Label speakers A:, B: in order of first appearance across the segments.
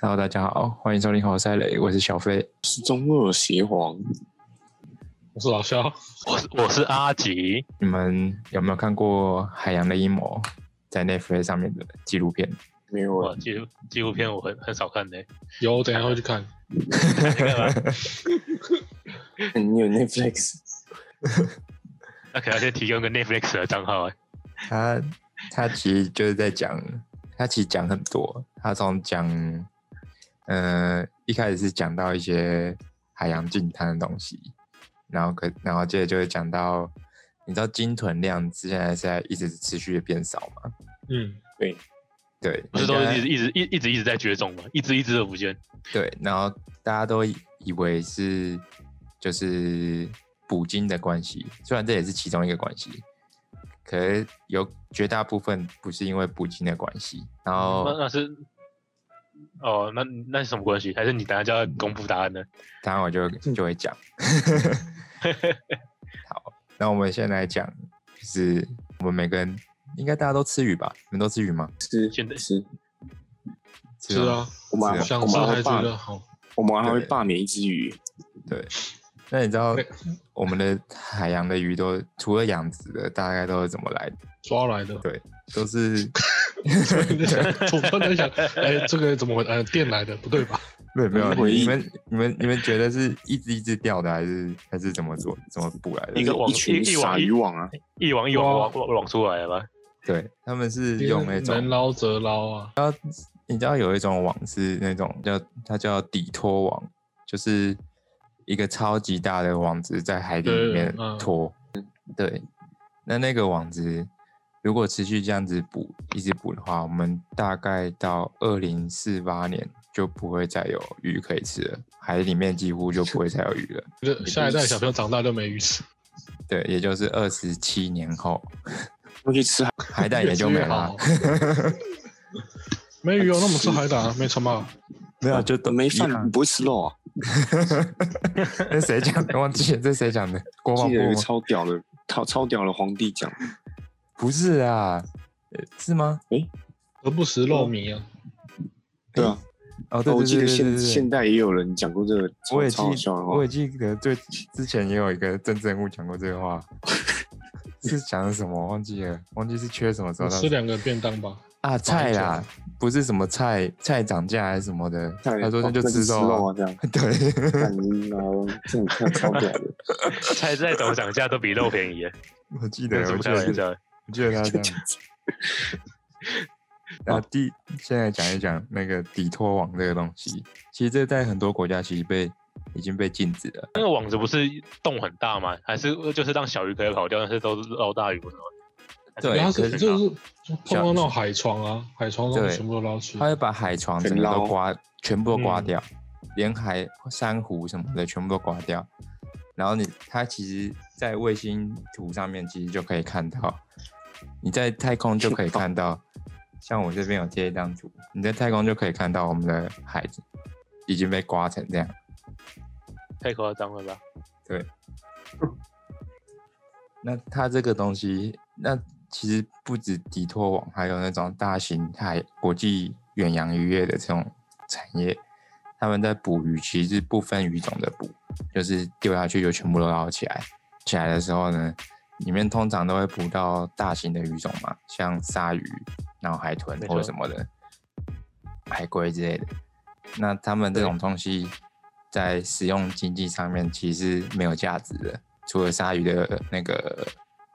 A: Hello，大家好，欢迎收听活塞雷，我是小飞。
B: 是中二邪皇，
C: 我是老肖，
D: 我是我是阿吉，
A: 你们有没有看过《海洋的阴谋》在 Netflix 上面的纪录片？
B: 没有
D: 我
B: 啊，
D: 纪录纪录片我很很少看的、
C: 有我等一下会去看。
B: 你有 Netflix
D: 那可能要先提供个 Netflix 的账号、欸，
A: 他他其实就是在讲，他其实讲很多，他从讲，呃，一开始是讲到一些海洋净滩的东西，然后可然后接着就会讲到，你知道鲸豚量现在是在一直持续的变少吗？
C: 嗯，
A: 对，
D: 不是都
A: 人家
D: 一直一直一一直一直在绝种吗？一只一只都不见，
A: 对，然后大家都以以为是就是捕鲸的关系，虽然这也是其中一个关系，可是有绝大部分不是因为捕鲸的关系。然
D: 那
A: 后，
D: 那是哦，那那是什么关系？还是你等下就要公布答案呢？
A: 当然我就
C: 嗯
A: 就会讲。好，那我们先来讲，就是我们每个人应该大家都吃鱼吧？你们都吃鱼吗？
B: 吃
D: 现在
B: 吃，
A: 吃
C: 是
A: 吗
C: 啊，
B: 我们还
C: 想
B: 我
C: 吃
B: 们还
C: 还
B: 会
C: 觉
B: 罢
C: 得好。
B: 我们还会
A: 对
B: 罢免一只鱼，
A: 对，那你知道
C: 对
A: 我们的海洋的鱼都除了养殖的，大概都是怎么来的？
C: 抓来的，
A: 都是
C: 我突然在想，哎，这个怎么回？呃，电来的不对吧？
A: 没有没有，
B: 回忆
A: 你们你们你们觉得是一只一只钓的，还是还是怎么做怎么捕来
D: 一
A: 的？
D: 个网
B: 一群
D: 一一网
B: 傻
D: 一
B: 渔网啊，
D: 一网一网网网网出来了吧？
A: 对，他们是用那
C: 能
A: 种，
C: 捞则捞啊。
A: 你知道有一种网是那种叫它叫底拖网，就是一个超级大的网子在海底里面
C: 对嗯
A: 拖。对，那那个网子如果持续这样子捕，一直捕的话，我们大概到二零四八年就不会再有鱼可以吃了，海里面几乎就不会再有鱼了。
C: 就下一代小朋友长大就没鱼吃，
A: 对，也就是二十七年 后，
B: 我可以吃海
A: 海胆也就没
C: 越
A: 了
C: 好。。啊没鱼哦，那我们吃海胆啊，没什么。
A: 没有，就都
B: 没
A: 一样
B: 饭，你。不会吃肉啊？
A: 那谁讲的？忘 记了，这谁讲的？国防
B: 记
A: 部
B: 得有个
A: 吗
B: 超屌的，超超屌的皇帝
A: 哎
B: 讲，
A: 不是啊？呃是吗？
C: 而不食肉糜啊，
B: 对啊，
A: 哦，对
B: 我
A: 对
B: 记
A: 对
B: 得
A: 对
B: 现
A: 对
B: 现
A: 对。
B: 代也有人讲过这个
A: 我
B: 超
A: 也
B: 超好
A: 记，
B: 笑的话
A: 我也，记得最之前也有一个政治人物讲过这个 话，是讲的什么忘记了，忘记是缺什么时候
C: 你
A: 他
C: 吃两个便当吧。
A: 啊菜
C: 绑
A: 啦，不是什么菜菜涨价还是什么的，
B: 看来
A: 他说
B: 哦
A: 那就
B: 吃
A: 吃
B: 肉
A: 肉
B: 啊，这样，
A: 对，
B: 干你妈，这种看超屌 的，
D: 菜再怎么涨价都比肉便宜耶，
A: 我记得
D: 这，什
A: 我
D: 么
A: 记
D: 开
A: 得，
D: 玩笑？
A: 我记得他这样。然
C: 哦
A: 后第现在讲一讲那个底托网这个东西，其实这在很多国家其实被已经被禁止了。
D: 那个网子不是洞很大吗？还是就是让小鱼可以跑掉，但是都是捞大鱼吗？还
A: 对
D: 没
C: 然后它啊
D: 有
C: 是
D: 很
C: 就
D: 大
C: 是碰到那种海床啊，海床上
A: 对
C: 全部都捞起
A: 它
C: 来。
A: 会把海床
B: 全
A: 整个都
B: 捞
A: 刮，全部都刮
C: 嗯
A: 掉，连海珊瑚什么的全部都刮掉。然后你它其实，在卫星图上面其实就可以看到，你在太空就可以看到，像我这边有贴一张图，你在太空就可以看到我们的海已经被刮成这样。
D: 太夸张了吧？
A: 那它这个东西，那其实不止迪托网，还有那种大型海国际远洋渔业的这种产业，他们在捕鱼，其实是不分鱼种的捕，就是丢下去就全部都捞起来。起来的时候呢，里面通常都会捕到大型的鱼种嘛，像鲨鱼，然后海豚
D: 没错
A: 或者什么的，海龟之类的。那他们这种东西在使用经济上面其实是没有价值的，除了鲨鱼的那个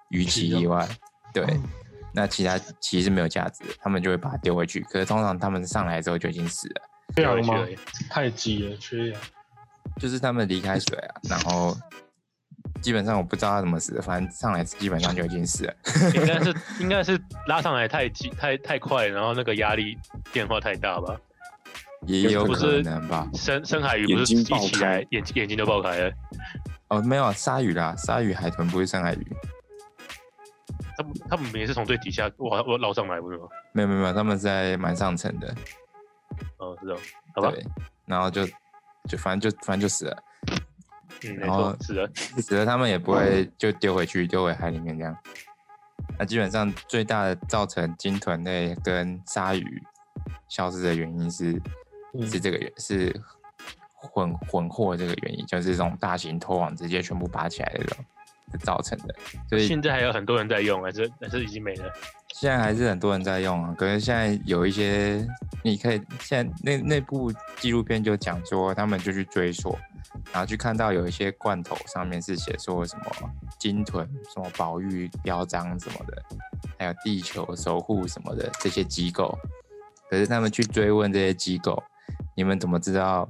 A: 鱼鳍以外，对，那其他其实是没有价值的，他们就会把它丢回去。可是通常他们上来之后就已经死了，
C: 缺氧
D: 回去
C: 吗
D: 而已？
C: 太急了，缺氧。
A: 就是他们离开水啊，然后基本上我不知道它怎么死的，反正上来基本上就已经死了。
D: 应该是应该是拉上来太急太太快，然后那个压力变化太大吧。
A: 也有
D: 不
A: 可
D: 是
A: 能吧？
D: 深深海鱼
B: 眼
D: 不是一
B: 睛爆
D: 起
B: 开
D: 来眼睛眼睛就爆开了，
A: 哦，没有啊鲨鱼啦，鲨鱼、海豚不是深海鱼，
D: 他们他们也是从最底下我我捞上来不是吗？
A: 没有没有没有，他们是在蛮上层的，
D: 哦，是哦，好吧，
A: 对，然后就就反正就反正就死了，
D: 嗯，没
A: 然后
D: 错，是的，
A: 死了他们也不会就丢回去，丢回海里面这样。那基本上最大的造成鲸豚类跟鲨鱼消失的原因是
C: 嗯
A: 是这个原是混混货这个原因，就是这种大型拖网直接全部拔起来的这种造成的，所以
D: 现在还有很多人在用，还是还是已经没了。
A: 现在还是很多人在用啊，可是现在有一些，你可以现在那那部纪录片就讲说，他们就去追溯，然后去看到有一些罐头上面是写说什么鲸豚、什么保育标章什么的，还有地球守护什么的这些机构，可是他们去追问这些机构，你们怎么知道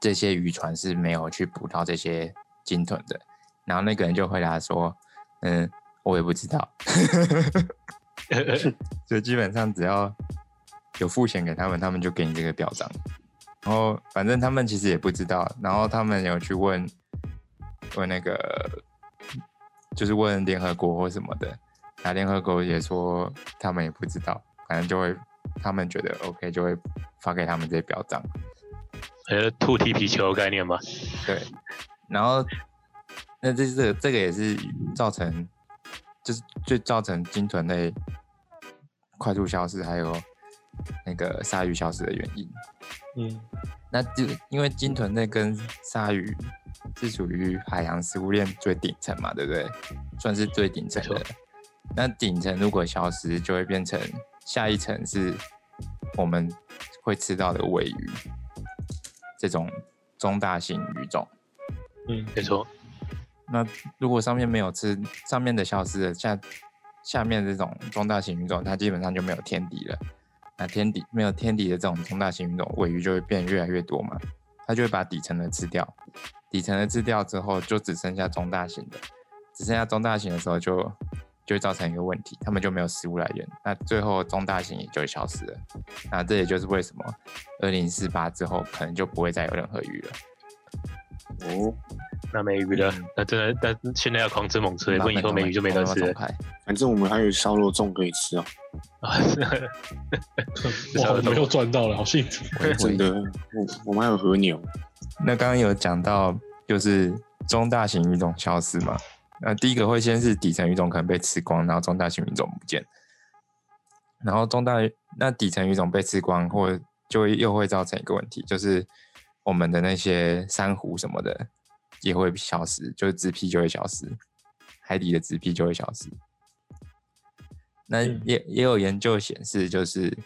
A: 这些渔船是没有去捕到这些鲸豚的？然后那个人就回答说，嗯，我也不知道。所以基本上只要有付钱给他们，他们就给你这个表彰。然后反正他们其实也不知道，然后他们有去问问那个，就是问联合国或什么的，然后联合国也说他们也不知道，反正就会他们觉得 OK 就会发给他们这些表彰。
D: 呃，兔踢皮球的概念吧。
A: 对，然后那这这个这个也是造成，就是最造成鲸豚类快速消失，还有那个鲨鱼消失的原因。
C: 嗯，
A: 那就因为鲸豚类跟鲨鱼是属于海洋食物链最顶层嘛，对不对？算是最顶层的
D: 没。
A: 那顶层如果消失，就会变成下一层是我们会吃到的尾鱼这种中大型鱼种。
C: 嗯
D: 没错，
A: 那如果上面没有吃，上面的消失了，下下面这种中大型鱼种，它基本上就没有天敌了。那天敌没有天敌的这种中大型鱼种，尾鱼就会变越来越多嘛，它就会把底层的吃掉，底层的吃掉之后，就只剩下中大型的，只剩下中大型的时候就，就会造成一个问题，它们就没有食物来源，那最后中大型也就会消失了。那这也就是为什么二零四八之后，可能就不会再有任何鱼了。
B: 哦，
D: 那没鱼
A: 嗯
D: 了，那真的，但现在要狂吃猛吃，不然以后没鱼就没得吃了。
A: 开。
B: 反正我们还有烧肉粽可以吃啊，
C: 哇， 我们又赚到了，好幸福。
A: 回
B: 真的，我我们还有和牛，
A: 那刚刚有讲到，就是中大型鱼种消失嘛。那第一个会先是底层鱼种可能被吃光，然后中大型鱼种不见，然后中大那底层鱼种被吃光，或就会又会造成一个问题，就是我们的那些珊瑚什么的也会消失，就是植皮就会消失，海底的植皮就会消失。那
C: 嗯
A: 也也有研究显示，就是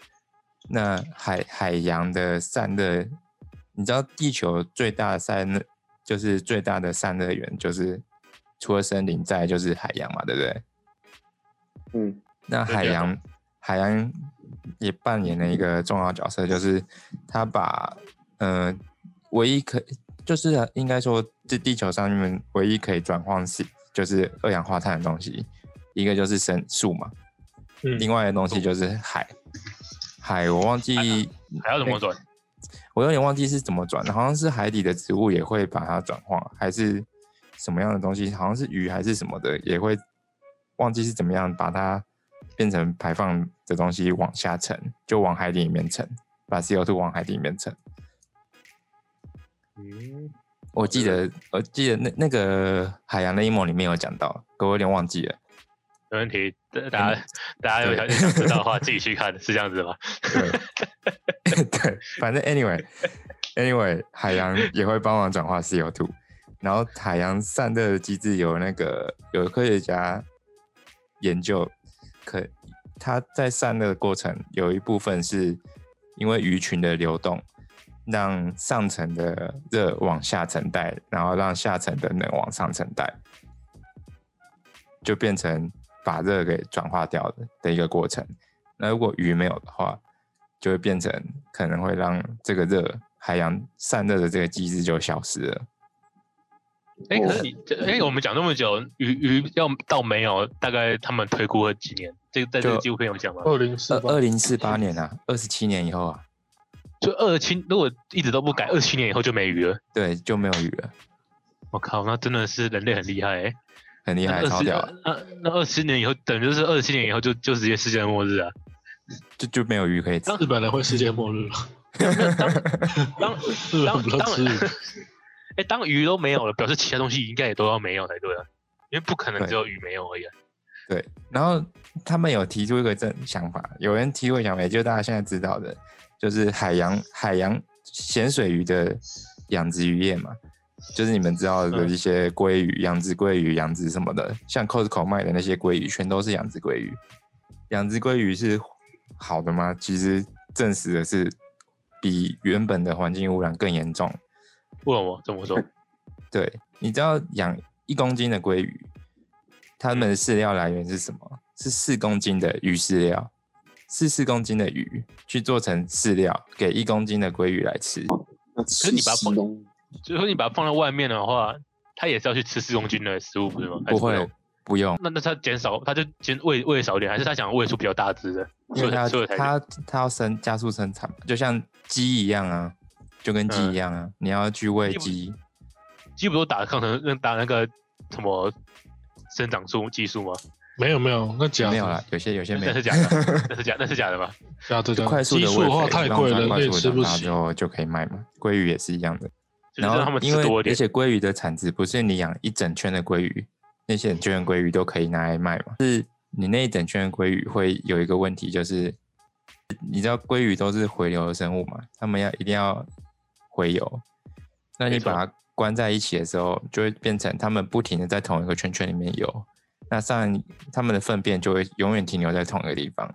A: 那海海洋的散热，你知道地球最大的散热就是最大的散热源就是除了森林在就是海洋嘛，对不对？
B: 嗯，
A: 那海洋海洋也扮演了一个重要角色，就是它把呃唯一可就是应该说这地球上面唯一可以转换是就是二氧化碳的东西，一个就是神树嘛，
C: 嗯
A: 另外的东西就是海。海我忘记
D: 还要怎么转？
A: 我有点忘记是怎么转的，好像是海底的植物也会把它转化，还是什么样的东西？好像是鱼还是什么的，也会忘记是怎么样把它变成排放的东西往下沉，就往海底里面沉，把 CO2 往海底里面沉。
D: 嗯，
A: 我记得，我记得那那个海洋的阴谋里面有讲到，可我有点忘记了。
D: 没问题。
A: 嗯
D: 大大家大家有想想知道的话，自己去看，是这样子吗？
A: 对， 对，反正 anyway，anyway，海洋也会帮忙转化 CO2，然后海洋散热的机制有那个有科学家研究，可它在散热的过程有一部分是因为鱼群的流动，让上层的热往下层带，然后让下层的冷往上层带，就变成把热给转化掉的的一个过程。那如果鱼没有的话，就会变成可能会让这个热海洋散热的这个机制就消失了。
D: 哎，可是你这哎，我们讲那么久，鱼鱼要到没有？大概他们推估了几年？这个在这个
A: 就
D: 纪录片有讲吗？
C: 二零四
A: 二
C: 八，
A: 二零四八年啊，二十七年以后啊，
D: 就二七，如果一直都不改，二七年以后就没鱼了。
A: 对，就没有鱼了，
D: 我靠，那真的是人类很厉害、欸。
A: 很厉害，
D: 那
A: 超
D: 二
A: 屌
D: 十
A: 了，
D: 那那二十年以后，等于就是二十年以后就就直接世界末 日啊！
A: 就就没有鱼可以吃。
C: 日本人会世界末日了，
D: 当
C: 日
D: 当
C: 本不要
D: 当
C: 吃
D: 然
C: 鱼，
D: 哎、当鱼都没有了，表示其他东西应该也都要没有才对啊，因为不可能只有鱼没有而已、啊。
A: 对，然后他们有提出一个这想法，有人提出一个想法，也就是大家现在知道的，就是海洋海洋咸水鱼的养殖渔业嘛，就是你们知道的一些鲑鱼、养殖鲑鱼、养殖什么的，像 Costco 卖的那些鲑鱼，全都是养殖鲑鱼。养殖鲑鱼是好的吗？其实证实的是，比原本的环境污染更严重。
D: 为什么？怎么说？
A: 对，你知道养一公斤的鲑鱼，它们的饲料来源是什么？是四公斤的鱼饲料，是四公斤的鱼去做成饲料，给一公斤的鲑鱼来吃。
C: 哦
B: 那
D: 是
B: 吃
D: 你把它
B: 西东
D: 就是说你把它放在外面的话，它也是要去吃四公斤的食物，不是吗？还是
A: 不会
D: 用。，
A: 不用，
D: 那那它减少，它就减喂喂少一点，还是它想喂出比较大只的，
A: 因
D: 所
A: 为
D: 以
A: 它
D: 所以才
A: 它它要生加速生产嘛，就像鸡一样啊，就跟
C: 嗯
A: 鸡一样啊，你要去喂
D: 鸡不
A: 鸡。
D: 鸡不都打抗生那打那个什么生长素激素吗？
C: 没有没有，那假的
A: 没有啦，有些有些没
D: 那
A: 有
D: 是，假的，那是假那是假的吧？
C: 假的
A: 就
C: 假的
A: 快速
C: 激
A: 的
C: 素的话
A: 喂肥，
C: 太
A: 让
C: 贵
A: 它
C: 了，
A: 快
C: 那也
A: 速
C: 吃
A: 长
C: 不
A: 大
C: 起
A: 之。后就可以卖嘛。鲑鱼也是一样的，
D: 就是
A: 然
D: 让他
A: 后
D: 们
A: 因
D: 吃多
A: 为
D: 一
A: 而
D: 点。
A: 且鲑鱼的产值不是你养一整圈的鲑鱼，那些整圈的鲑鱼都可以拿来卖嘛。是你那一整圈的鲑鱼会有一个问题，就是你知道鲑鱼都是回流的生物嘛，它们要一定要回游。那你
D: 没错
A: 把它关在一起的时候，就会变成它们不停的在同一个圈圈里面游。那上它们的粪便就会永远停留在同一个地方，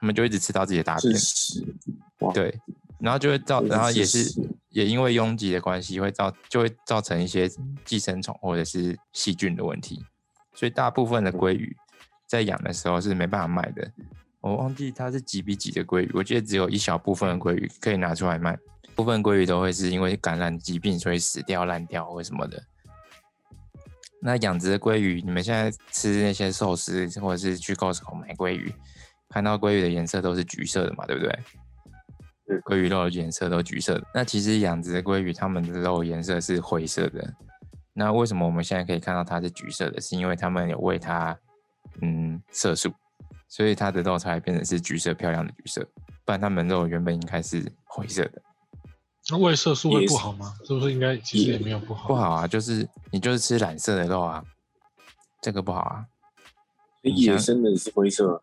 A: 它们就一直吃到自己的大便
B: 是。屎哇，
A: 对，然后就会造，
B: 对
A: 然后也
B: 是
A: 是
B: 是
A: 也因为拥挤的关系，会造就会造成一些寄生虫或者是细菌的问题，所以大部分的鲑鱼在养的时候是没办法卖的。我忘记它是几比几的鲑鱼，我记得只有一小部分的鲑鱼可以拿出来卖，部分鲑鱼都会是因为感染疾病所以死掉、烂掉或什么的。那养殖的鲑鱼，你们现在吃那些寿司或者是去 Costco 买鲑鱼，看到鲑鱼的颜色都是橘色的嘛，对不对？
B: 对
A: 鲑鱼肉的颜色都橘色的。那其实养殖的鲑鱼，它们的肉颜色是灰色的。那为什么我们现在可以看到它是橘色的？是因为它们有喂它，嗯，色素，所以它的肉才会变成是橘色漂亮的橘色。不然它们肉原本应该是灰色的。
C: 那喂色素会不好吗？是不是应该其实也没有不好？
A: 不好啊，就是你就是吃染色的肉啊，这个不好啊。
B: 野生的是灰色，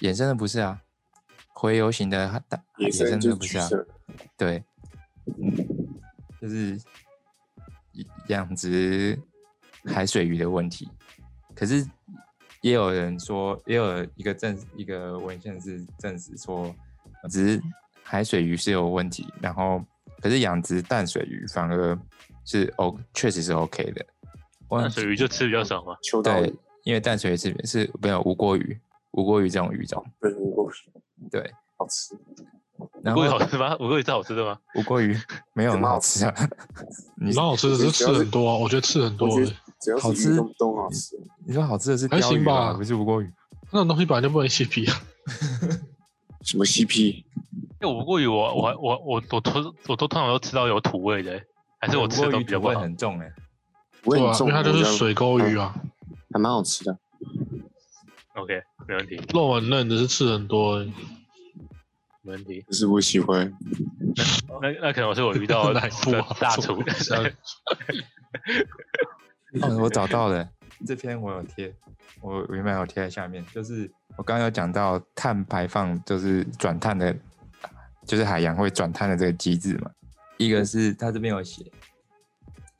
A: 衍生的不是啊，回游型的它它
B: 野
A: 衍
B: 生
A: 生
B: 就
A: 的
B: 是
A: 不
B: 橘
A: 是啊，
B: 色。
A: 对，就是养殖海水鱼的问题。可是也有人说，也有一个证一个文献是证实说，只是海水鱼是有问题，然后可是养殖淡水鱼反而是 O 确实是 OK 的。我
D: 那水鱼就吃比较少
A: 嗯
D: 嘛，
B: 秋刀
A: 对，因为淡水鱼是是没有无锅鱼，无锅鱼这种鱼种，
B: 对，不过
A: 对，
B: 好吃。
A: 然
D: 乌
A: 后
D: 龟好吃吗？乌龟是好吃的吗？
A: 无锅鱼没有很好吃 啊。你
C: 蛮好吃的，只是刺很多啊，我觉得刺很多
B: 我
C: 而
B: 觉
C: 已。
B: 得只要
A: 好
B: 是
A: 吃
B: 鱼都都好吃。
A: 你说好吃的是
C: 还
A: 鲷
C: 行
A: 鱼
C: 吧
A: 不是无锅鱼。
C: 那种东西本来就不能洗皮啊。
B: 什么 CP？
D: 因为乌龟鱼哎我我我我我都我都通常都吃到有土味的、欸还是我吃的都比较不
A: 味
D: 好。
A: 很重哎、
B: 我
C: 对
B: 很
C: 啊，因
B: 重，
C: 为它就
B: 我
C: 是
B: 觉得
C: 水沟鱼啊，
B: 还蛮好吃的。
D: OK，没问题，
C: 肉很嫩，只是刺很多欸而已。
D: 没问题。
B: 可是我喜欢，
D: 那那可能是我 遇到
C: 哪
D: 的
C: 一部啊？，
D: 大 哎厨
C: 像
A: 哦，我找到了 这篇，我有贴，我我原本有贴在下面，就是我刚刚有讲到碳排放，就是转碳的，就是海洋会转碳的这个机制嘛。一个是它这边有写，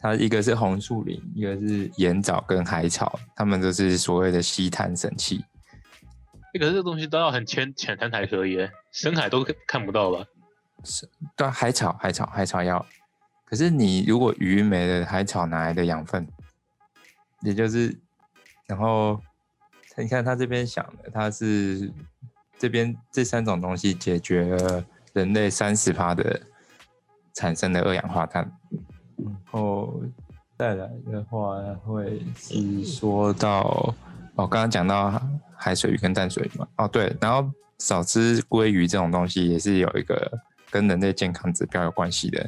A: 它一个是红树林，一个是盐藻跟海草，它们就是所谓的吸碳神器。
D: 那个这个东西都要很浅浅滩才可以、欸，深海都看不到吧？
A: 但啊海草，海草，海草要，可是你如果鱼没了，海草哪来的养分？也就是，然后你看他这边想的，他是这边这三种东西解决了人类三十趴的产生的二氧化碳，然后再来的话会是说到哦，刚刚讲到海水鱼跟淡水鱼嘛，哦对，然后少吃鲑鱼这种东西也是有一个跟人类健康指标有关系的，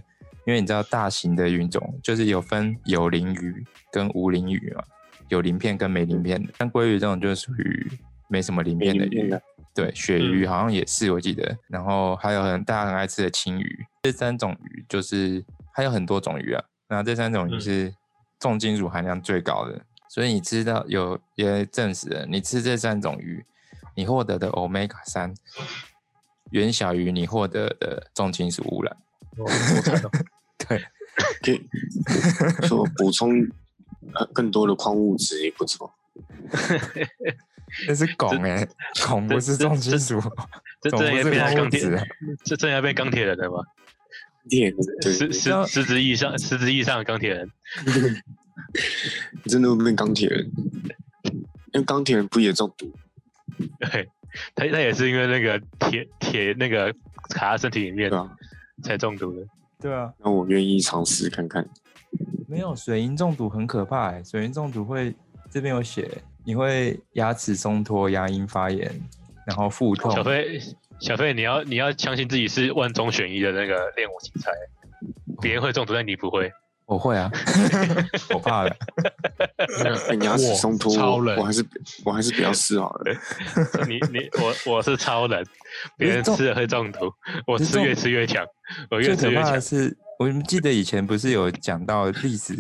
A: 因为你知道大型的鱼种就是有分有鳞鱼跟无鳞鱼嘛，有鳞片跟没鳞片的，像鲑鱼这种就是属于没什么鳞
B: 没
A: 片的
B: 鳞片
A: 鱼
B: 的，
A: 对，鳕鱼好像也是我记得，然后还有很大家很爱吃的青鱼，这三种鱼就是还有很多种鱼啊，那这三种鱼
D: 嗯
A: 是重金属含量最高的，所以你吃到有也证实了，你吃这三种鱼，你获得的 omega 三远小于你获得的重金属污染。
C: 我我看到
A: 对，
B: 可以说补充呃更多的矿物质也不错。
A: 那是汞哎、汞不是重金属，
D: 这
A: 汞
D: 这
A: 不
D: 也
A: 是
D: 变
A: 矿
D: 成钢
A: 物
D: 铁
A: 质、啊。
D: 这真的要变钢铁人了吗？
B: 练对，
D: 实实
A: 那
D: 实质意义上，实质意义上的钢铁人，
B: 你真的会变钢铁人，因为钢铁人不也中毒？
D: 对，他他也是因为那个铁铁那个卡在身体里面
B: 对啊，
D: 才中毒的。
A: 对啊，
B: 那我愿意尝试看看。
A: 没有水银中毒很可怕、欸，水银中毒会这边有写，你会牙齿松脱、牙龈发炎，然后腹
C: 啊
A: 痛。
D: 小飞小飞，你要你要相信自己是万中选一的那个练武奇才，别人会中毒，但你不会。
A: 我会 啊，我怕了。
B: 哎牙齿
C: 哇
B: 松脱，
C: 超
B: 我
C: 人
B: 我还是我还是不要试好了。
D: 你你我我是超人，别人
A: 中
D: 吃了会中毒，我
A: 你
D: 吃
A: 中
D: 越吃越强，我越
A: 最
D: 吃
A: 可
D: 越
A: 怕
D: 强
A: 的。是，我们记得以前不是有讲到历史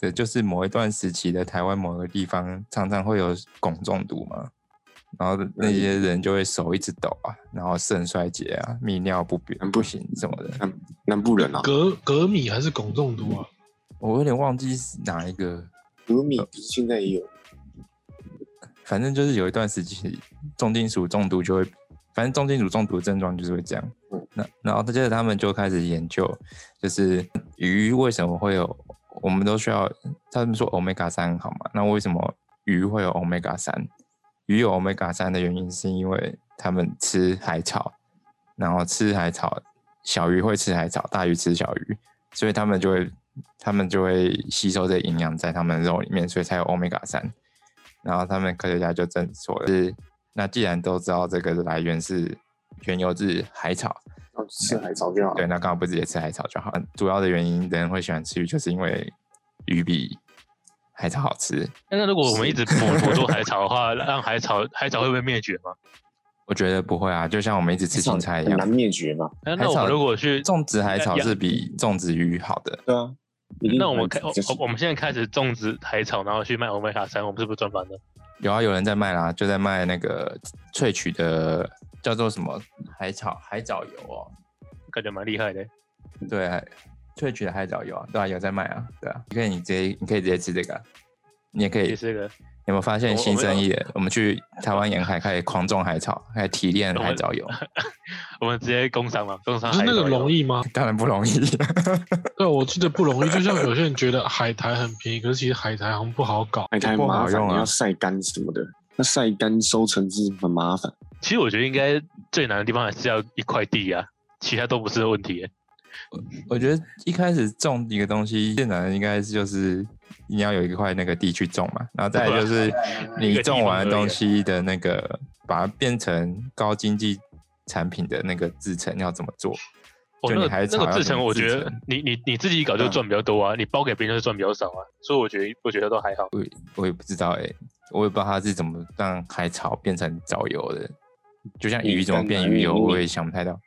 A: 的，就是某一段时期的台湾某个地方常常会有汞中毒嘛，然后那些人就会手一直抖啊，然后肾衰竭啊、泌尿不便
B: 嗯不
A: 不行什么的。
B: 南部人啊，
C: 格格米还是汞中毒 啊？
A: 我有点忘记是哪一个
B: 格米不是现在也有？
A: 反正就是有一段时期，重金属中毒就会，反正重金属中毒的症状就是会这样。
B: 嗯
A: 那然后接着他们就开始研究，就是鱼为什么会有，我们都需要，他们说 omega 三好嘛？那为什么鱼会有 omega 三？鱼有 omega 三的原因是因为他们吃海草，然后吃海草，小鱼会吃海草，大鱼吃小鱼，所以他们就会他们就会吸收这营养在他们的肉里面，所以才有 omega 三。然后他们科学家就证实说，是那既然都知道这个来源是原由自海草，
B: 哦吃海草就好了。
A: 对，那刚好不直接吃海草就好。主要的原因人会喜欢吃鱼，就是因为鱼比海草好吃。
D: 但是如果我们一直捕 捕捉海草的话，让海草海草会被灭绝吗？
A: 我觉得不会啊，就像我们一直吃青菜一
B: 很
A: 样，
B: 难灭绝嘛。
D: 那
A: 海
D: 那我
A: 草
D: 们如果去
A: 种植海草是比种植鱼好的。
B: 对啊，一定
D: 那我们开
B: 很
D: 我
B: 难就是
D: 我我们现在开始种植海草，然后去卖欧米伽三，我们是不是赚翻了？
A: 有啊，有人在卖啦，就在卖那个萃取的叫做什么海草海藻油哦，
D: 感觉蛮厉害的。
A: 对，萃取的海藻油啊，对啊，有在卖啊，对啊，你可以你直接你可以直接吃这个啊，你也可以
D: 也是个
A: 有没有发现
D: 我
A: 新
D: 我没有
A: 生意了？我们去台湾沿海开始狂种海草，开始提炼海藻油，
D: 我们直接工商嘛，工商
C: 不
D: 海
C: 是那个
D: 草油
C: 容易吗？
A: 当然不容易。
C: 对，我记得不容易。就像有些人觉得海苔很便宜，可是其实海苔好像不好搞。
B: 海苔
A: 不
B: 麻
A: 好
B: 烦，
A: 用啊
B: 你要晒干什么的，那晒干收成是很麻烦。
D: 其实我觉得应该最难的地方还是要一块地啊，其他都不是问题耶。
A: 我觉得一开始种一个东西最难的应该是就是你要有一块那个地去种嘛，然后再来就是
D: 啊一
A: 你
D: 个地
A: 种完的
D: 方
A: 东
D: 而已啊
A: 西的那个，把它变成高经济产品的那个制成要怎么做？
D: 我、
A: 就
D: 那
A: 你还
D: 个
A: 炒
D: 那个
A: 要
D: 制
A: 怎
D: 成，
A: 么
D: 我
A: 制
D: 觉得
A: 成
D: 你你你自己搞就
B: 嗯
D: 赚比较多啊，你包给别人就赚比较少啊，所以我觉得我觉得都还好。
A: 我也不知道哎、我也不知道它是怎么让海草变成藻油的，就像鱼怎么变鱼油，我也想不太到。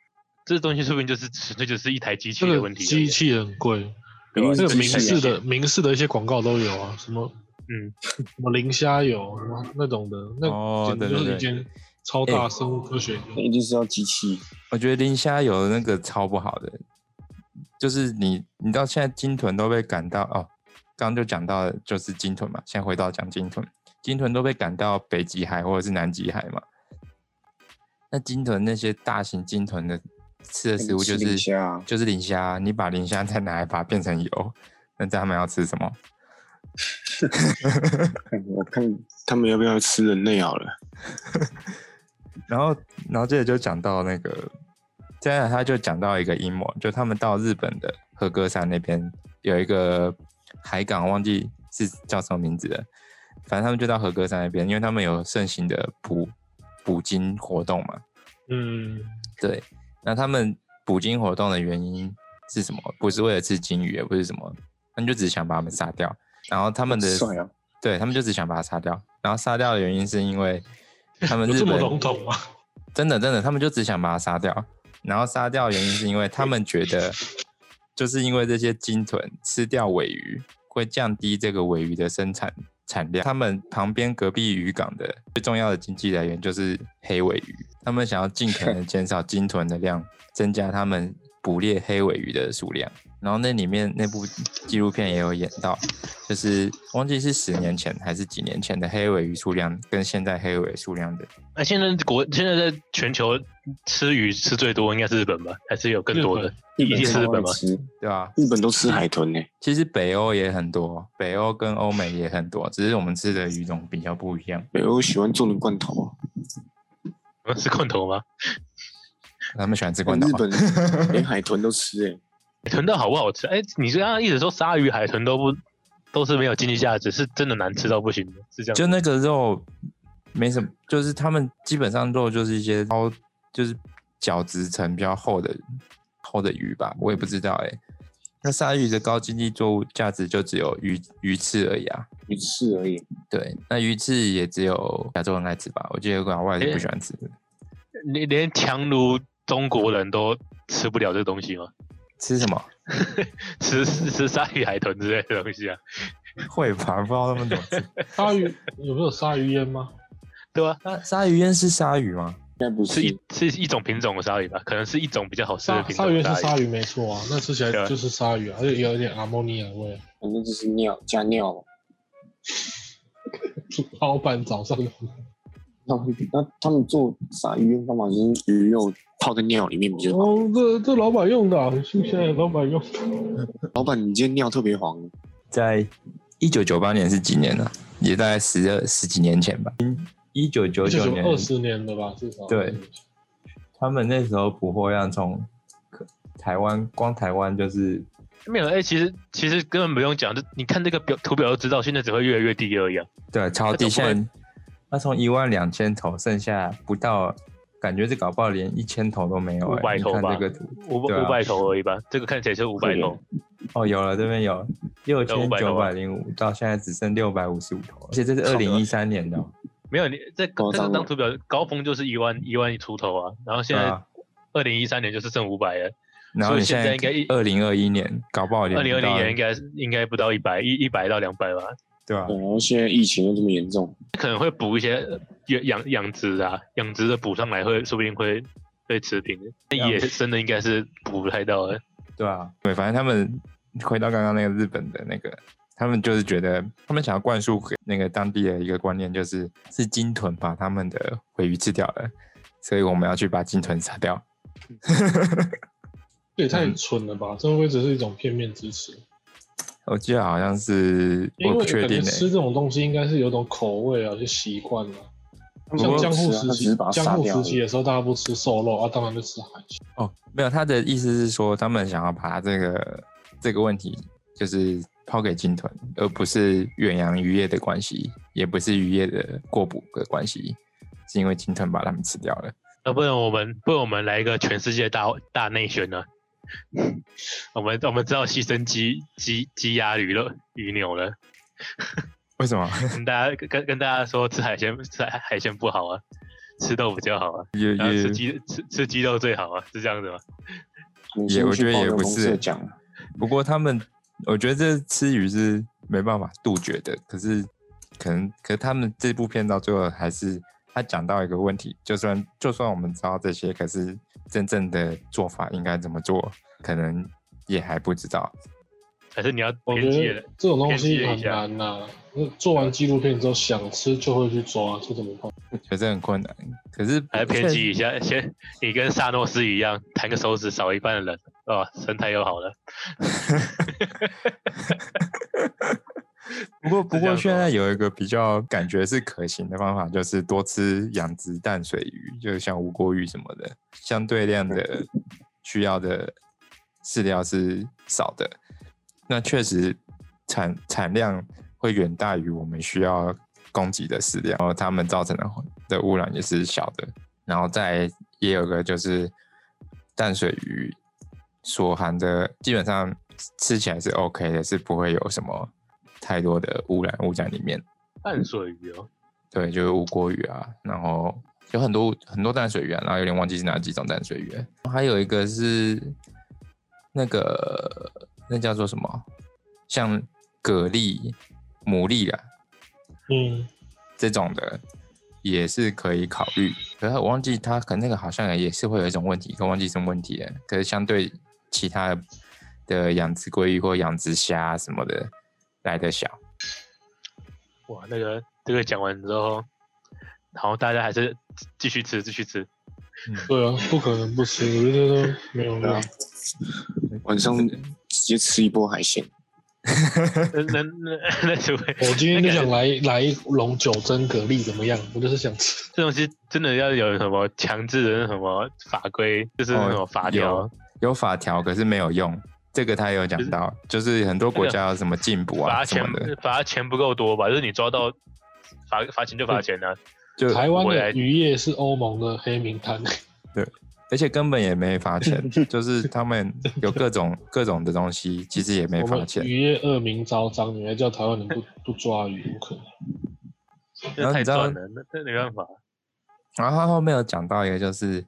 D: 这东西说不定就是纯粹就是一台机器
C: 这
D: 的
C: 个
D: 问题而已。
C: 机
D: 啊
C: 器很贵，
B: 啊
D: 对吧
C: 这个
D: 机
C: 明
D: 器
C: 示的明示的一些广告都有啊，什么
D: 嗯，
C: 什么磷虾油什么那种的，
A: 哦
C: 那简直就
A: 对
C: 是
A: 对对哎
C: 一间超大生物科学的。
B: 那一定是要机器。
A: 我觉得磷虾油那个超不好的，就是你你到现在鲸豚都被赶到哦，刚刚就讲到了就是鲸豚嘛，现在回到讲鲸豚，鲸豚都被赶到北极海或者是南极海嘛。那鲸豚那些大型鲸豚的吃的食物就
B: 吃
A: 是
B: 磷虾啊
A: 就是磷虾，你把磷虾再拿来把它变成油，那他们要吃什么？
B: 看我看他们要不要吃人类好了。
A: 然后，然后这里就讲到那个，接下来他就讲到一个阴谋，就他们到日本的和歌山那边有一个海港，忘记是叫什么名字了，反正他们就到和歌山那边，因为他们有盛行的捕捕鲸活动嘛。
C: 嗯，
A: 对，那他们捕鲸活动的原因是什么？不是为了吃鲸鱼，也不是什么，他们就只想把它们杀掉。然后他们的
B: 帅啊！
A: 对他们就只想把它杀掉。然后杀掉的原因是因为他们
C: 有
A: 日
C: 这么
A: 本
C: 笼统吗？
A: 真的真的，他们就只想把它杀掉。然后杀掉的原因是因为他们觉得，就是因为这些鲸豚吃掉尾鱼，会降低这个尾鱼的生产产量。他们旁边隔壁渔港的最重要的经济来源就是黑尾鱼，他们想要尽可能减少鲸豚的量，增加他们捕猎黑尾鱼的数量。然后那里面那部纪录片也有演到，就是忘记是十年前还是几年前的黑尾鱼数量跟现在黑尾数量的，
D: 那现在国现在在全球吃鱼吃最多应该是日本吧？还是有更多的？
B: 日
D: 一定是日本吗
B: 超爱吃
A: 对吧、
B: 日本都吃海豚呢、
A: 其实北欧也很多，北欧跟欧美也很多，只是我们吃的鱼种比较不一样。
B: 北欧喜欢做的罐头啊，
D: 是罐头吗？
A: 他们喜欢吃罐头啊
B: 日
A: 吗，
B: 本连海豚都吃哎、
D: 海豚到底好不好吃？哎、你刚刚一直说鲨鱼、海豚都不都是没有经济价值，是真的难吃到不行的，是这样吗。
A: 就那个肉没什么，就是他们基本上肉就是一些高，就是角质层比较厚的厚的鱼吧，我也不知道哎、那鲨鱼的高经济作物价值就只有鱼鱼翅而已啊。
B: 鱼翅而已。
A: 对，那鱼翅也只有亚洲人爱吃吧？我记得国外是不喜欢吃的，
D: 你连强如中国人都吃不了这东西吗？
A: 吃什么？
D: 吃 吃鲨鱼、海豚之类的东西啊？
A: 会吧？不知道他们怎么吃。
C: 鲨鱼有没有鲨鱼烟吗？
D: 对吧、
A: 那 鲨鱼烟是鲨鱼吗？
B: 应该不
D: 是
B: 是，
D: 一是一种品种的鲨鱼吧？可能是一种比较好吃的
C: 鲨
D: 品
C: 鲨
D: 种
C: 鱼
D: 的
C: 烟是
D: 鲨
C: 鲨
D: 鱼。
C: 鱼没错啊，那吃起来
D: 对啊
C: 就是鲨鱼啊，而且有一点阿莫尼亚味啊。
B: 反正就是尿加尿嘛。
C: 老板早上的
B: 他们那他们做鲨鱼的方法就是鱼肉泡在尿里面比较好。
C: 哦，这这老板用的、啊，很新鲜的老板用的。
B: 老板，你今天尿特别黄，
A: 在一九九八年是几年呢、也大概十二十几年前吧。一九九
C: 这
A: 九
C: 就
A: 年，
C: 二十年了吧，至少。嗯
A: 对他们那时候捕获量从可台湾光台湾就是
D: 没有，哎、其实其实根本不用讲，就你看这个表图表就知道，现在只会越来越低而已、啊。
A: 对超
D: 那
A: 低，
D: 个不会
A: 现在那从一万两千头剩下不到，感觉这搞不好连一千头都没有、欸。
D: 500
A: 你
D: 头
A: 看
D: 吧
A: 这个图，
D: 五
A: 对啊
D: 五百头而已吧，这个看起来是五百头，
A: 哦，有了，这边有六千
D: 500
A: 九
D: 头
A: 百
D: 啊
A: 零五，到现在只剩六百五十五头了，而且这是
D: 靠
A: 二零一三年的哦、
D: 没有你这
B: 夸
D: 这
B: 张了
D: 个当图表高峰就是一万一万出头啊，然后现
A: 对
D: 在
A: 啊
D: 二零一三年就是剩五百了，
A: 然后
D: 所以
A: 你
D: 现在
A: 在
D: 应该一
A: 二零二一年，搞不好连
D: 二零二
A: 不
D: 零
A: 到
D: 年应该应该不到一百一一百到两百吧，
A: 对啊吧、
B: 对然后现在疫情又这么严重，
D: 可能会补一些呃养养殖啊，养殖的补上来会说不定会被持平，那
A: 养
D: 野生的应该是补不太到的。
A: 对啊，对，反正他们回到刚刚那个日本的那个，他们就是觉得他们想要灌输给那个当地的一个观念，就是是鲸豚把他们的尾鱼吃掉了，所以我们要去把鲸豚杀掉。
C: 这也
A: 嗯
C: 太蠢了吧！这会不会只是一种片面之词？
A: 我记得好像是，
C: 因
A: 我
C: 为
A: 不
C: 我
A: 确
C: 感觉
A: 定欸
C: 吃
A: 诶、
C: 这种东西应该是有种口味啊，就习惯了。
B: 他们
C: 像
B: 不
C: 江
B: 吃
C: 户
B: 啊
C: 时
B: 他只
C: 期
B: 是把，它
C: 江
B: 杀
C: 户
B: 掉
C: 时
B: 而
C: 期
B: 已。
C: 的时候，大家不吃瘦肉啊，当然就吃海鲜。
A: 哦，没有，他的意思是说，他们想要把这个这个问题，就是抛给鲸豚，而不是远洋渔业的关系，也不是渔业的过捕的关系，是因为鲸豚把它们吃掉了。
D: 那不然我们不然我们来一个全世界大大内宣呢、我们我们知道牺牲鸡鸡鸡鸭鱼了鱼牛了，
A: 为什么？
D: 跟大家跟跟大家说吃海鲜吃海海鲜不好啊，吃豆腐就好啊，
A: 也
D: 然后
A: 也
D: 吃鸡吃吃鸡肉最好啊，是这样子吗？
B: 你
A: 也
B: 先
A: 我
B: 去
A: 觉得
B: 报
A: 也
B: 个
A: 不
B: 公
A: 是
B: 社讲啊，
A: 不过他们，我觉得这吃鱼是没办法杜绝的。可是，可能，可是他们这部片到最后还是他讲到一个问题，就算就算我们知道这些，可是真正的做法应该怎么做，可能也还不知道。
D: 还是你要
C: 我
D: 偏
C: 觉
D: 激
C: 得
D: 的？
C: 这种东西
D: 偏
C: 很
D: 激一下
C: 难呐、那做完纪录片之后，想吃就会去抓，这怎么办？
A: 觉得很困难。可是
D: 来偏
A: 确
D: 激一下，先你跟萨诺斯一样，弹个手指少一半的人，哦，身材又好了。
A: 不过，不
D: 这
A: 过
D: 样
A: 现
D: 说
A: 在有一个比较感觉是可行的方法，就是多吃养殖淡水鱼，就是像无锅鱼什么的，相对量的需要的饲料是少的。那确实产产量会远大于我们需要供给的饲料，然后它们造成的的污染也是小的。然后再也有个就是淡水鱼所含的，基本上吃起来是 OK 的，是不会有什么太多的污染物在里面。
D: 淡水鱼哦，
A: 对，就是无锅鱼啊，然后有很多很多淡水鱼啊，然后有点忘记是哪几种淡水鱼了、还有一个是那个那叫做什么，像蛤蜊、牡蛎啊
C: 嗯，
A: 这种的，也是可以考虑。可是我忘记它，可能那个好像也是会有一种问题，可忘记什么问题了。可是相对其他的的养殖鲑鱼或养殖虾什么的来的小，
D: 哇，那个这个讲完之后，然后大家还是继续吃，继续吃。
C: 对啊，不可能不吃，我觉得都没有
B: 对啊
C: 料。
B: 晚上直接吃一波海鲜，
D: 那那那那除非
C: 我今天就想来来一笼九蒸蛤蜊怎么样？我就是想吃。
D: 这东西真的要有什么强制的那什么法规，就是那种啊法条。
A: 哦有有法条，可是没有用。这个他也有讲到，就是很多国家有什么进步
D: 罚
A: 啊什
D: 钱
A: 么的，
D: 罚钱不够多吧？就是你抓到罚罚钱就罚钱啊，
A: 就
C: 台湾
D: 我来
C: 的渔业是欧盟的黑名单，
A: 而且根本也没罚钱，就是他们有各种各种的东西，其实也没
C: 我
A: 罚
C: 们
A: 钱。
C: 渔业恶名昭彰，你还叫台湾 人不不抓鱼，不可能。
A: 然
D: 那
A: 后
D: 太
A: 你知道
D: 赚了，那那没办法。
A: 然后他后面有讲到一个，就是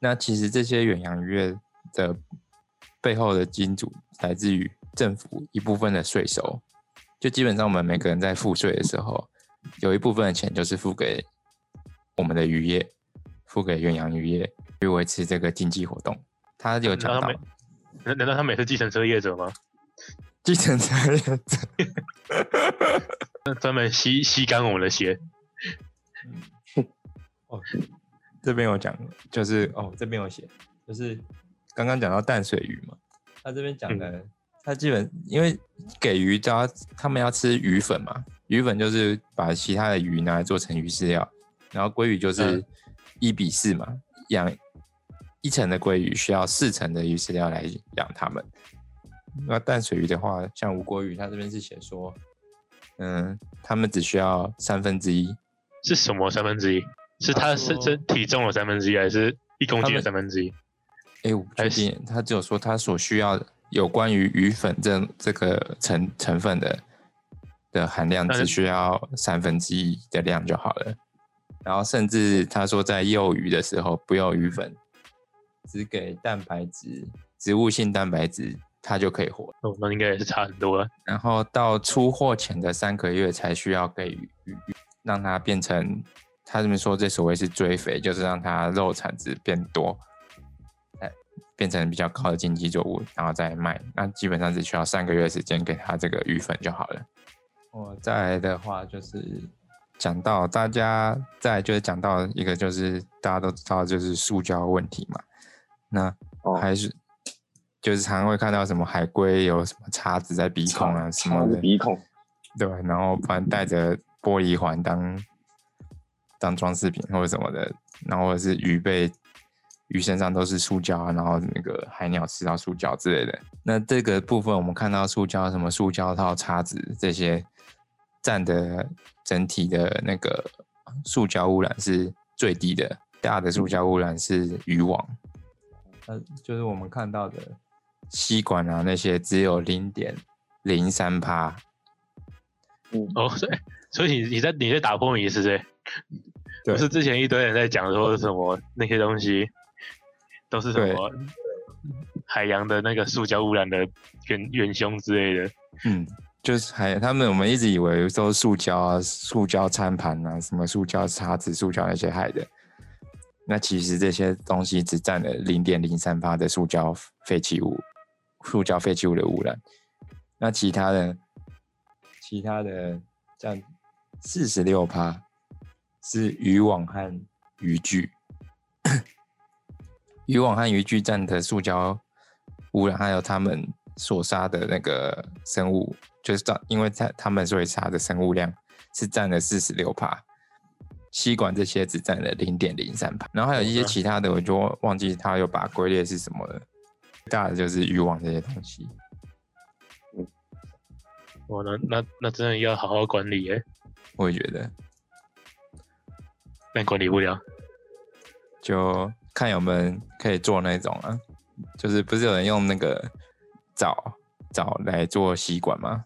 A: 那其实这些远洋渔业的背后的金主来自于政府一部分的税收，就基本上我们每个人在付税的时候，有一部分的钱就是付给我们的渔业，付给远洋渔业去维持这个经济活动。他有
D: 难道
A: 讲
D: 他
A: 到
D: 们难难道他们也是计程车业者吗？
A: 继承者也者
D: 那专门吸吸干我们的血，
A: 这边有讲，就是哦，这边有写，就是刚刚讲到淡水鱼嘛，他这边讲的，他基本因为给鱼它他们要吃鱼粉嘛，鱼粉就是把其他的鱼拿来做成鱼饲料，然后鲑鱼就是
D: 嗯
A: 一比四嘛，养一层的鲑鱼需要四层的鱼饲料来养它们。那淡水鱼的话，像吴郭鱼，它这边是写说，嗯，它们只需要三分之一，
D: 是什么三分之一？是他
B: 说
D: 身身体重的三分之一，还是一公斤的三分之一？
A: 哎，我不确
D: 还是
A: 定，他只有说他所需要有关于鱼粉这这个成成分的的含量，
D: 那
A: 只需要三分之一的量就好了。然后甚至他说，在幼鱼的时候不要鱼粉，只给蛋白质、植物性蛋白质，它就可以活。
D: 哦，那应该也是差很多了。
A: 然后到出货前的三个月才需要给鱼，鱼让它变成他这么说，这所谓是追肥，就是让它肉产值变多，哎，变成比较高的经济作物，然后再卖。那基本上只需要三个月时间给它这个鱼粉就好了。我再来的话就是讲到大家，再来就是讲到一个就是大家都知道就是塑胶问题嘛，那
B: 哦
A: 还是。就是常会看到什么海龟有什么叉子在鼻
B: 鼻
A: 孔啊什么的，
B: 鼻孔，
A: 对，然后不然带着玻璃环当当装饰品或者什么的，然后或者是鱼被鱼身上都是塑胶啊，然后那个海鸟吃到塑胶之类的。那这个部分我们看到塑胶什么塑胶套、叉子这些占的整体的那个塑胶污染是最低的，大的塑胶污染是渔网，嗯那就是我们看到的吸管啊那些只有零点零三帕。
D: 哦，所以所以你你在你在打破迷思对？
A: 对
D: 不是之前一堆人在讲说什么那些东西都是什
A: 对
D: 么海洋的那个塑胶污染的元元凶之类的，
A: 嗯，就是还他们，我们一直以为都是塑胶啊、塑胶餐盘啊、什么塑胶叉子、塑胶那些害的。那其实这些东西只占了零点零三八的塑胶废弃物，塑胶废弃物的污染。那其他的，其他的占四十六趴是渔网和渔具，渔网和渔具占的塑胶污染，还有他们所杀的那个生物，就是占，因为他他们所以杀的生物量是占了四十六帕，吸管这些只占了零点零三帕，然后还有一些其他的，我就忘记他有把它归类是什么了。最大的就是渔网这些东西，
D: 哇，哦那那那真的要好好管理欸耶，
A: 我也觉得
D: 但管理不了。
A: 就看有没有人可以做那种啊，就是不是有人用那个藻藻来做吸管吗？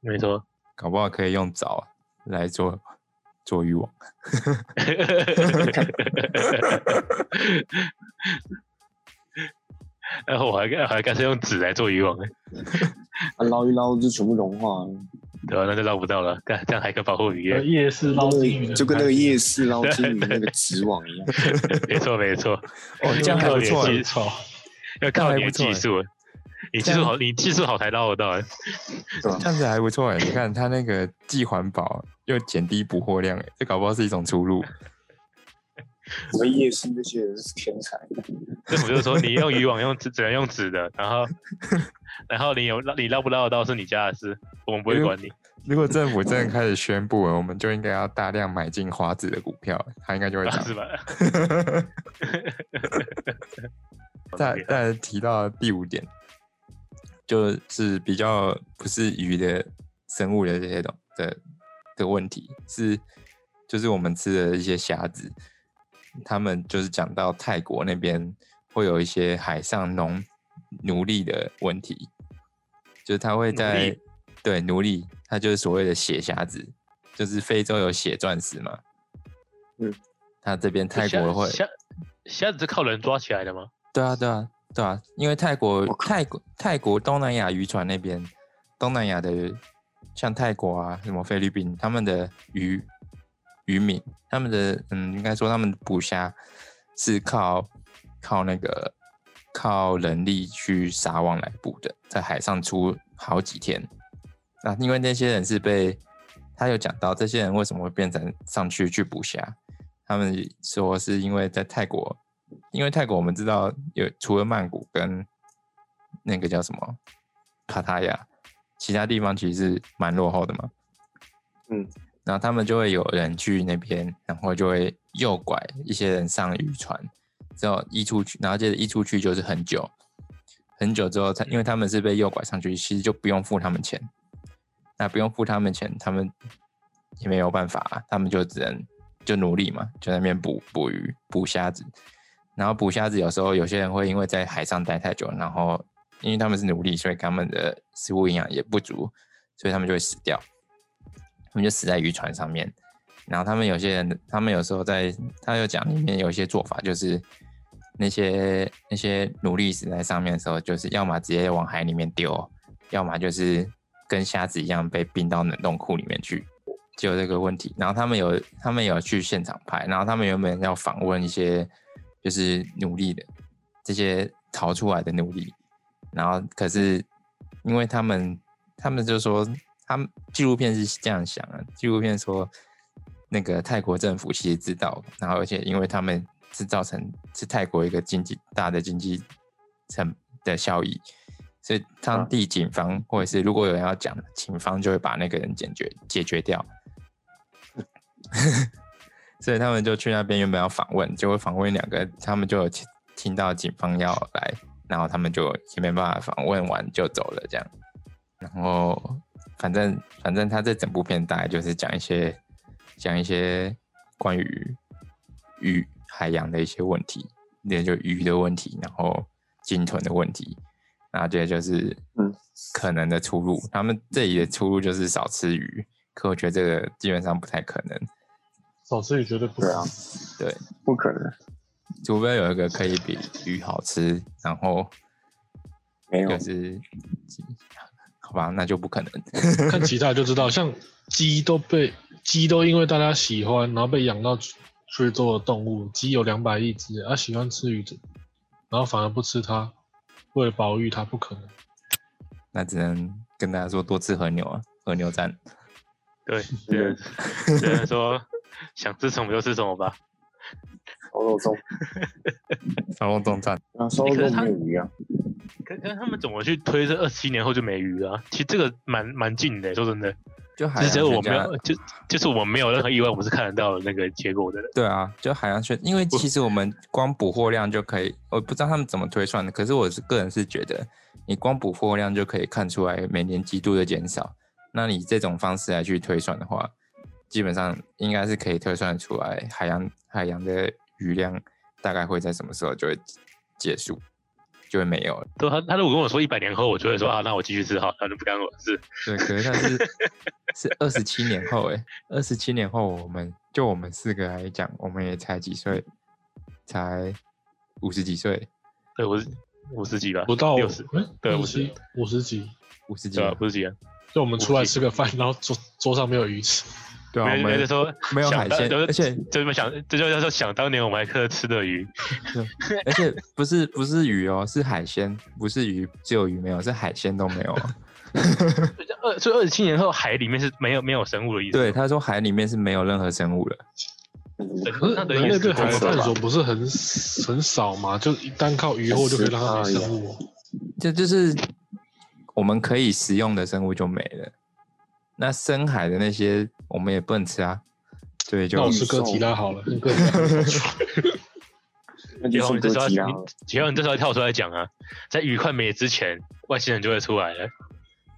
D: 没错，
A: 搞不好可以用藻来做做渔网。
D: 哎然后我还我还干脆用纸来做渔网耶，
B: 啊捞一捞就全部融化了，
D: 对吧、那就捞不到了，干这样还可以保护渔业，
C: 夜市捞金鱼的，
B: 就跟那个夜市捞金鱼那个纸网一样。
A: 呃
D: 没错没错，
A: 哦，这样还
D: 靠
A: 不
D: 你
A: 错欸，
D: 的技术，
B: 啊
D: 要靠你的技
A: 这
D: 术。啊你技术好，你技术好才捞得到欸。
A: 这样子还不错哎。你看它那个既环保又减低捕获量，哎，这搞不好是一种出路。
B: 我们夜市那些人是天才，
D: 政府就说你用渔 网用只只能用纸的，然后然后你有你捞不捞得到是你家的事，我们不会管你。
A: 如果政府真的开始宣布了，我们就应该要大量买进华子的股票，它应该就会 涨。
D: 啊是吧？
A: 再再来提到第五点，就是比较不是鱼的生物的这些东的的问题，是就是我们吃的一些虾子，他们就是讲到泰国那边会有一些海上农奴隶的问题，就是他会在
D: 奴
A: 对奴隶，他就是所谓的血虾子，就是非洲有血钻石嘛，
B: 嗯，
A: 他这边泰
D: 虾
A: 国会
D: 虾虾子是靠人抓起来的吗？
A: 对啊，对啊，对啊，因为泰国、泰国、泰国、东南亚渔船那边，东南亚的像泰国啊、什么菲律宾，他们的渔渔民，他们的嗯，应该说他们捕虾是靠靠那个靠人力去撒网来捕的，在海上出好几天。那、因为那些人是被他有讲到，这些人为什么会变成上去去捕虾，他们说是因为在泰国，因为泰国我们知道有除了曼谷跟那个叫什么卡塔亚，其他地方其实是蛮落后的嘛。
B: 嗯，
A: 然后他们就会有人去那边，然后就会诱拐一些人上渔船，之后一出去，然后接着一出去就是很久，很久之后才，因为他们是被诱拐上去，其实就不用付他们钱。那不用付他们钱，他们也没有办法啊、他们就只能就努力嘛，就在那边捕捕鱼、捕虾子。然后捕虾子有时候有些人会因为在海上待太久，然后因为他们是奴隶，所以他们的食物营养也不足，所以他们就会死掉。他们就死在渔船上面。然后他们有些人，他们有时候在，他有讲里面有一些做法，就是那些那些奴隶死在上面的时候，就是要么直接往海里面丢，哦要么就是跟虾子一样被冰到冷冻库里面去，就有这个问题。然后他们有他们有去现场拍，然后他们原本要访问一些就是奴隶的这些逃出来的奴隶，然后可是因为他们他们就说，他们纪录片是这样想的，纪录片说那个泰国政府其实知道，然后而且因为他们是造成是泰国一个经济大的经济成的效益，所以当地警方、或者是如果有人要讲，警方就会把那个人解决解决掉。 所以他们就去那边原本要访问，结果访问两个，他们就有听听到警方要来，然后他们就也没办法访问完就走了这样。然后反正反正他这整部片大概就是讲一些讲一些关于鱼海洋的一些问题，那就鱼的问题，然后鲸豚的问题，然后接着就是
B: 嗯
A: 可能的出路。他们这里的出路就是少吃鱼，可我觉得这个基本上不太可能。
C: 少吃鱼绝对不
B: 对啊
C: 行。
A: 对，
B: 不可能，
A: 除非有一个可以比鱼好吃，然后
B: 没有
A: 就是好吧，那就不可能。
C: 看其他就知道，像鸡都被鸡都因为大家喜欢，然后被养到最多的动物，鸡有两百亿只，它、喜欢吃鱼的，然后反而不吃它，为了保育它不可能。
A: 那只能跟大家说多吃和牛啊，和牛赞。
D: 对，只能只能说想吃什么就吃什么吧。
B: 烧肉粽
A: 烧肉粽赞，
B: 啊，烧肉粽没有鱼啊，
D: 可可是他们怎么去推这二十七年后就没鱼了啊？其实这个蛮蛮近的，说真的，
A: 就海
D: 只
A: 洋
D: 是我
A: 学
D: 没
A: 家
D: 有就就是我没有任何意外，我们是看得到那个结果的。
A: 对啊，就海洋学，因为其实我们光捕获量就可以，我不知道他们怎么推算的，可是我是个人是觉得，你光捕获量就可以看出来每年极度的减少。那你这种方式来去推算的话，基本上应该是可以推算出来海洋海洋的鱼量大概会在什么时候就会结束，就会没有了。
D: 对他他如果跟我说一百年后，我就会说啊，那我继续吃好，那就不干我的事。
A: 对，可是它 是是二十七年后哎、二十七年后我们就我们四个来讲，我们也才几岁，才五十几岁，
D: 对，我是五十几吧，
C: 不到
D: 六十，
C: 哎
D: 对
C: 五
D: 五十
C: 十五十几，
A: 五十几
D: 对吧
A: 了，？
D: 五十几啊，
C: 就我们出来吃个饭，然后桌 桌上没有鱼吃，
A: 对啊，我
D: 没没
A: 们
D: 得说，
A: 没有
D: 想
A: 海
D: 当
A: 鲜，
D: 就是
A: 而且
D: 就这么想，这就叫做想当年我们还克吃的鱼，
A: 而且不是不是鱼哦，是海鲜，不是鱼，只有鱼没有，是海鲜都 没有啊。
D: 二所以二十七年后海里面是没有没有生物的意思。
A: 对，，他说海里面是没有任何生物的，
C: 可是
D: 那等
C: 人
D: 于
C: 类
D: 是
C: 对海
D: 公
C: 的
D: 司吧
C: 探索不是很很少嘛？就单靠鱼获就可以让它没生物哦，
A: 这就是我们可以食用的生物就没了。那深海的那些我们也不能吃啊，所以就
C: 那我吃哥吉拉好了，哥吉拉
B: 那
D: 然后
B: 就是
D: 你这时
B: 哥
D: 候
B: 吉拉
D: 你，然后你这时候跳出来讲啊，在鱼快没之前，外星人就会出来了。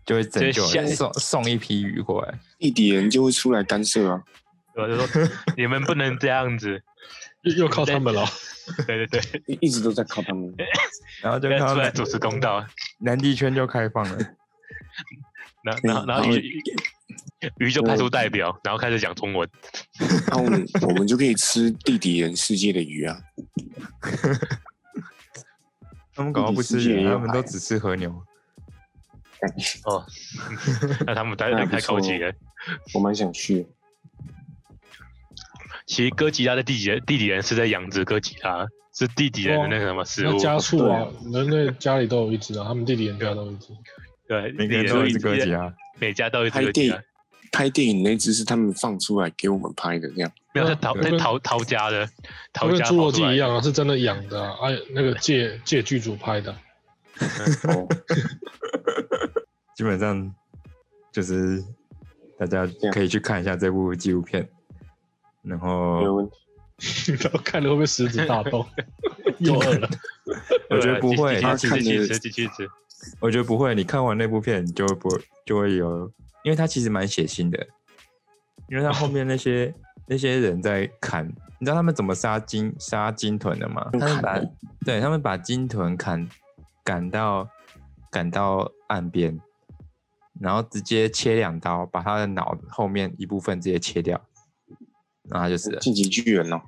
A: 就会拯救
D: 所以
A: 人
D: 下
A: 送送一批鱼过来。
B: 地底人就会出来干涉啊。
D: 我就说 你们不能这样子，
C: 又又靠他们了。
D: 对对对，
B: 一一直都在靠他们。
A: 然后就
D: 不
A: 看
D: 要
A: 到
D: 出来
A: 南
D: 主持公
B: 嗯
D: 道。
A: 南极圈就开放了，
D: 然后然后然后
B: 然后
D: 鱼鱼就派出代
B: 嗯
D: 表，然后开始讲中文。
B: 那 我们我们就可以吃地底人世界的鱼啊。
A: 他们搞到不吃
B: 自己世
A: 鱼，
B: 界也有
A: 他们都只吃和牛。哎
D: 哦，那他们太
B: 那还不
D: 太高级
B: 错
D: 了。
B: 我蛮想去，
D: 其实哥吉拉的地底地底人是在养殖哥吉拉，是地底人的那个什么食
C: 那
D: 物。
C: 家畜啊，人类家里都有一只啊，他们弟弟人家都有一只。
D: 对，
A: 每个人
D: 地底
A: 都有
D: 人
A: 一只哥吉，拉，
D: 每家都有一只
B: 拍
D: 哥吉
B: 电
D: 拉
B: 影。拍电影那只是他们放出来给我们拍的，这样
D: 没有，
C: 对
D: 是
C: 啊
D: 逃
A: 对
D: 在逃逃家的，
C: 它
D: 逃
C: 跟
D: 家
C: 侏罗
D: 跑
C: 纪
D: 出来
C: 一
D: 的。
C: 样啊，是真的养的啊，哎，那个借借剧组拍的，
B: 哦，
A: 基本上就是大家可以去看一下这部纪录片，然
B: 没有
A: 后
B: 问题。
C: 然后看了会不会食指大 动？又饿 了，
A: 我
D: 啊
A: 觉得不会
D: 继续
B: 他
D: 吃，继续
B: 看
D: 吃，
B: 着
D: 继续吃。
A: 我觉得不会，你看完那部片你就会不就会有，因为它其实蛮血腥的，因为它后面那些那些人在砍，你知道他们怎么杀金杀金豚的吗？
B: 用
A: 他们
B: 砍
A: 把
B: 的
A: 对他们把金豚砍赶到赶到岸边，然后直接切两刀，把它的脑后面一部分直接切掉，然后它就死了。
B: 啊晋级巨人哦，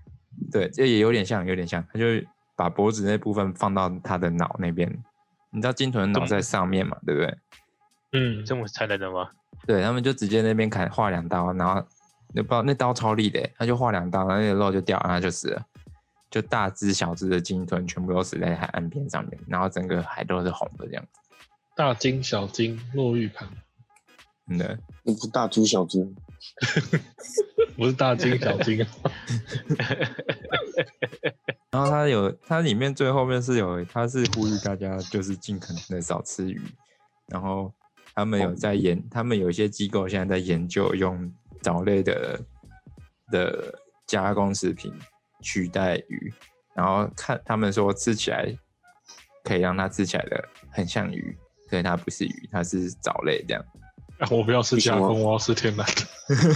A: 对，这也有点像，有点像，他就把脖子那部分放到他的脑那边。你知道金豚的脑在上面嘛，对不对？
C: 嗯，
D: 这么残忍的吗？
A: 对他们就直接那边砍划两刀，然后那不知道那刀超利的欸，他就划两刀，然后那个肉就掉，然后他就死了。就大只小只的鲸豚全部都死在海岸边上面，然后整个海都是红的这样子。
C: 大金小金落玉盘，
A: 真的，
B: 那不大猪小 猪，
C: 不是大金小金 啊，
A: 然后它有它里面最后面是有，它是呼吁大家就是尽可能的少吃鱼，然后他们有在研，他们有一些机构现在在研究用藻类的的加工食品取代鱼，然后看他们说吃起来可以让它吃起来的很像鱼，可是它不是鱼，它是藻类这样。
C: 啊我不要吃加
B: 为什
C: 工，
B: 么
C: 我要吃天然的，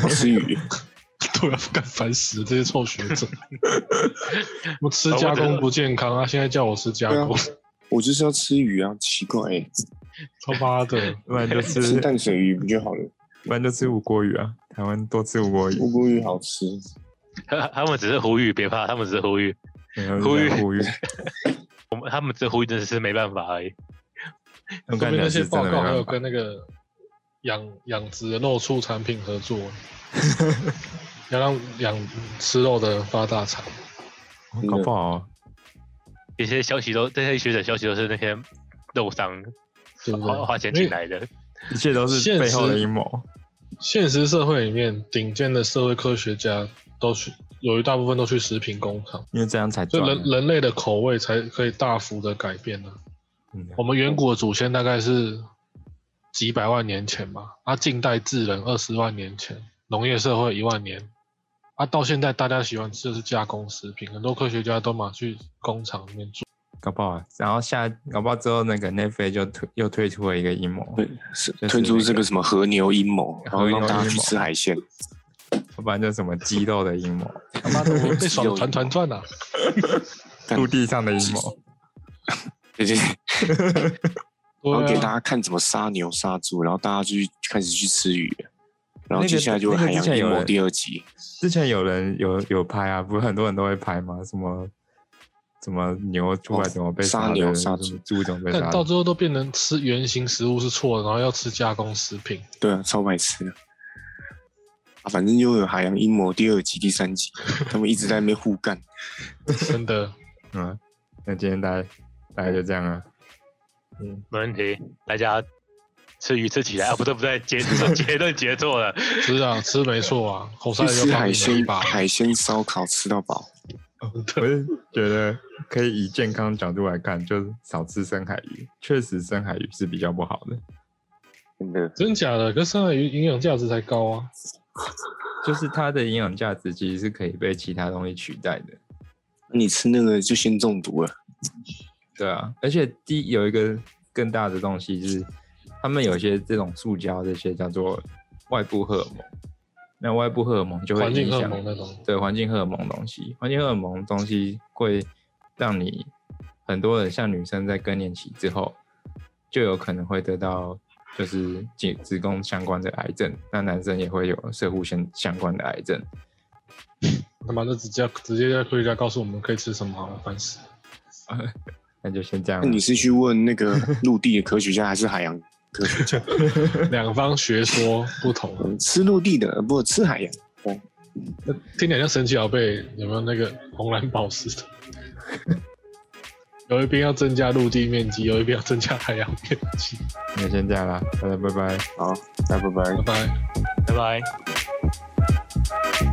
B: 我吃鱼，
C: 对啊，不敢烦死了这些臭学者。 我吃加
D: 啊我觉
C: 工
D: 得
C: 不健康啊，现在叫我吃加
B: 对啊
C: 工，
B: 我就是要吃鱼啊，奇怪欸，
C: 他妈的，
A: 不然就
B: 吃
A: 吃，
B: 淡水鱼不就好了？
A: 不然就吃无锅鱼啊！台湾多吃无锅鱼，
B: 乌龟鱼好吃，
D: 他他们只是呼吁，别怕，他们只是呼吁，
A: 然
D: 呼
A: 后
D: 吁
A: 就在呼吁，
D: 我们他们只是呼吁，真的是没办法而已。
A: 我
C: 说
A: 感
C: 明
A: 觉
C: 那些
A: 是真
C: 报
A: 的没
C: 告还有
A: 办法。
C: 跟那个养养殖的肉畜产品合 作，要让养吃肉的人发大财。
A: 搞不好哦
D: 这些消息都这些学者消息都是那些肉商
C: 对不对
D: 花花钱请来的，
A: 一切都是背后的阴谋。
C: 现实社会里面，顶尖的社会科学家都去，有一大部分都去食品工厂，
A: 因为这样才
C: 所
A: 赚
C: 以
A: 啊。
C: 人人类的口味才可以大幅的改变啊呢、
A: 嗯
C: 我们远古的祖先大概是几百万年前吧，啊，近代智人二十万年前，农业社会一万年，啊，到现在大家喜欢吃的是加工食品，很多科学家都马去工厂里面做。
A: 搞不好，然后下搞不好之后，那个 Netflix 就推又推出了一个阴谋，
B: 对，是
A: 就是
B: 推出这个什么和牛阴谋，然后
A: 和牛
B: 让大家
A: 阴
B: 去
A: 谋
B: 吃海鲜。
A: 要不然就什么肌肉的阴谋、
C: 他妈的，我被爽得团团转啊！
B: 干
A: 陆 地上的阴谋。
B: 对对，对 然后给
C: 对
B: 大
C: 啊，
B: 家看怎么杀牛杀猪，然后大家就去开始去吃鱼了，然
A: 那
B: 后
A: 个
B: 接下来就会
A: 那个
B: 海
A: 之
B: 洋
A: 前
B: 阴
A: 有
B: 谋
A: 人
B: 第二集。
A: 之前有人有有拍啊，不是很多人都会拍吗？什么什怎么牛出来怎么被
B: 哦杀
A: 的
B: 牛杀
A: 什么
B: 猪
A: 猪怎么被
C: 但
A: 杀
C: 到
A: 的，
C: 最后都变成吃原型食物是错的，然后要吃加工食品。
B: 对啊，超白痴的。啊，反正又有《海洋阴谋》第二集、第三 集，他们一直在那边互干。
C: 真的，
A: 嗯，那今天大家大概就这样啊，嗯，
D: 没问题，大家吃鱼吃起来啊！不对不对，结结论结错了，
C: 是啊，吃没错啊，口塞
B: 去
C: 就
B: 吃海
C: 帮你们一
B: 鲜
C: 把。
B: 海鲜烧烤吃到饱，
A: 我是觉得可以以健康角度来看，就是少吃深海鱼，确实深海鱼是比较不好的，
B: 真的
C: 真假的？可是深海鱼营养价值才高啊。
A: 就是它的营养价值其实是可以被其他东西取代的。
B: 你吃那个就先中毒了。
A: 对啊，而且第一有一个更大的东西就是，他们有些这种塑胶这些叫做外部荷尔蒙，那外部荷尔蒙就会
C: 环境
A: 影
C: 荷尔
A: 响
C: 蒙那种，
A: 对环境荷尔蒙的东西，环境荷尔蒙的东西会让你很多人像女生在更年期之后，就有可能会得到就是子子宫相关的癌症，那男生也会有射护腺相关的癌症。
C: 他妈的直接直接在科学家告诉我们可以吃什么好了，烦死。
A: 那就先这样
B: 那
A: 了，
B: 你是去问那个陆地的科学家还是海洋科学家？
C: 两方学说不同，
B: 嗯吃陆地的，呃不吃海洋。
C: 听起来像神奇宝贝有没有那个红蓝宝石的？有一边要增加陆地面积，有一边要增加海洋面积。
A: 那就先这样啦，大家拜拜。
B: 好，那拜拜
C: 拜。拜。
D: 拜拜。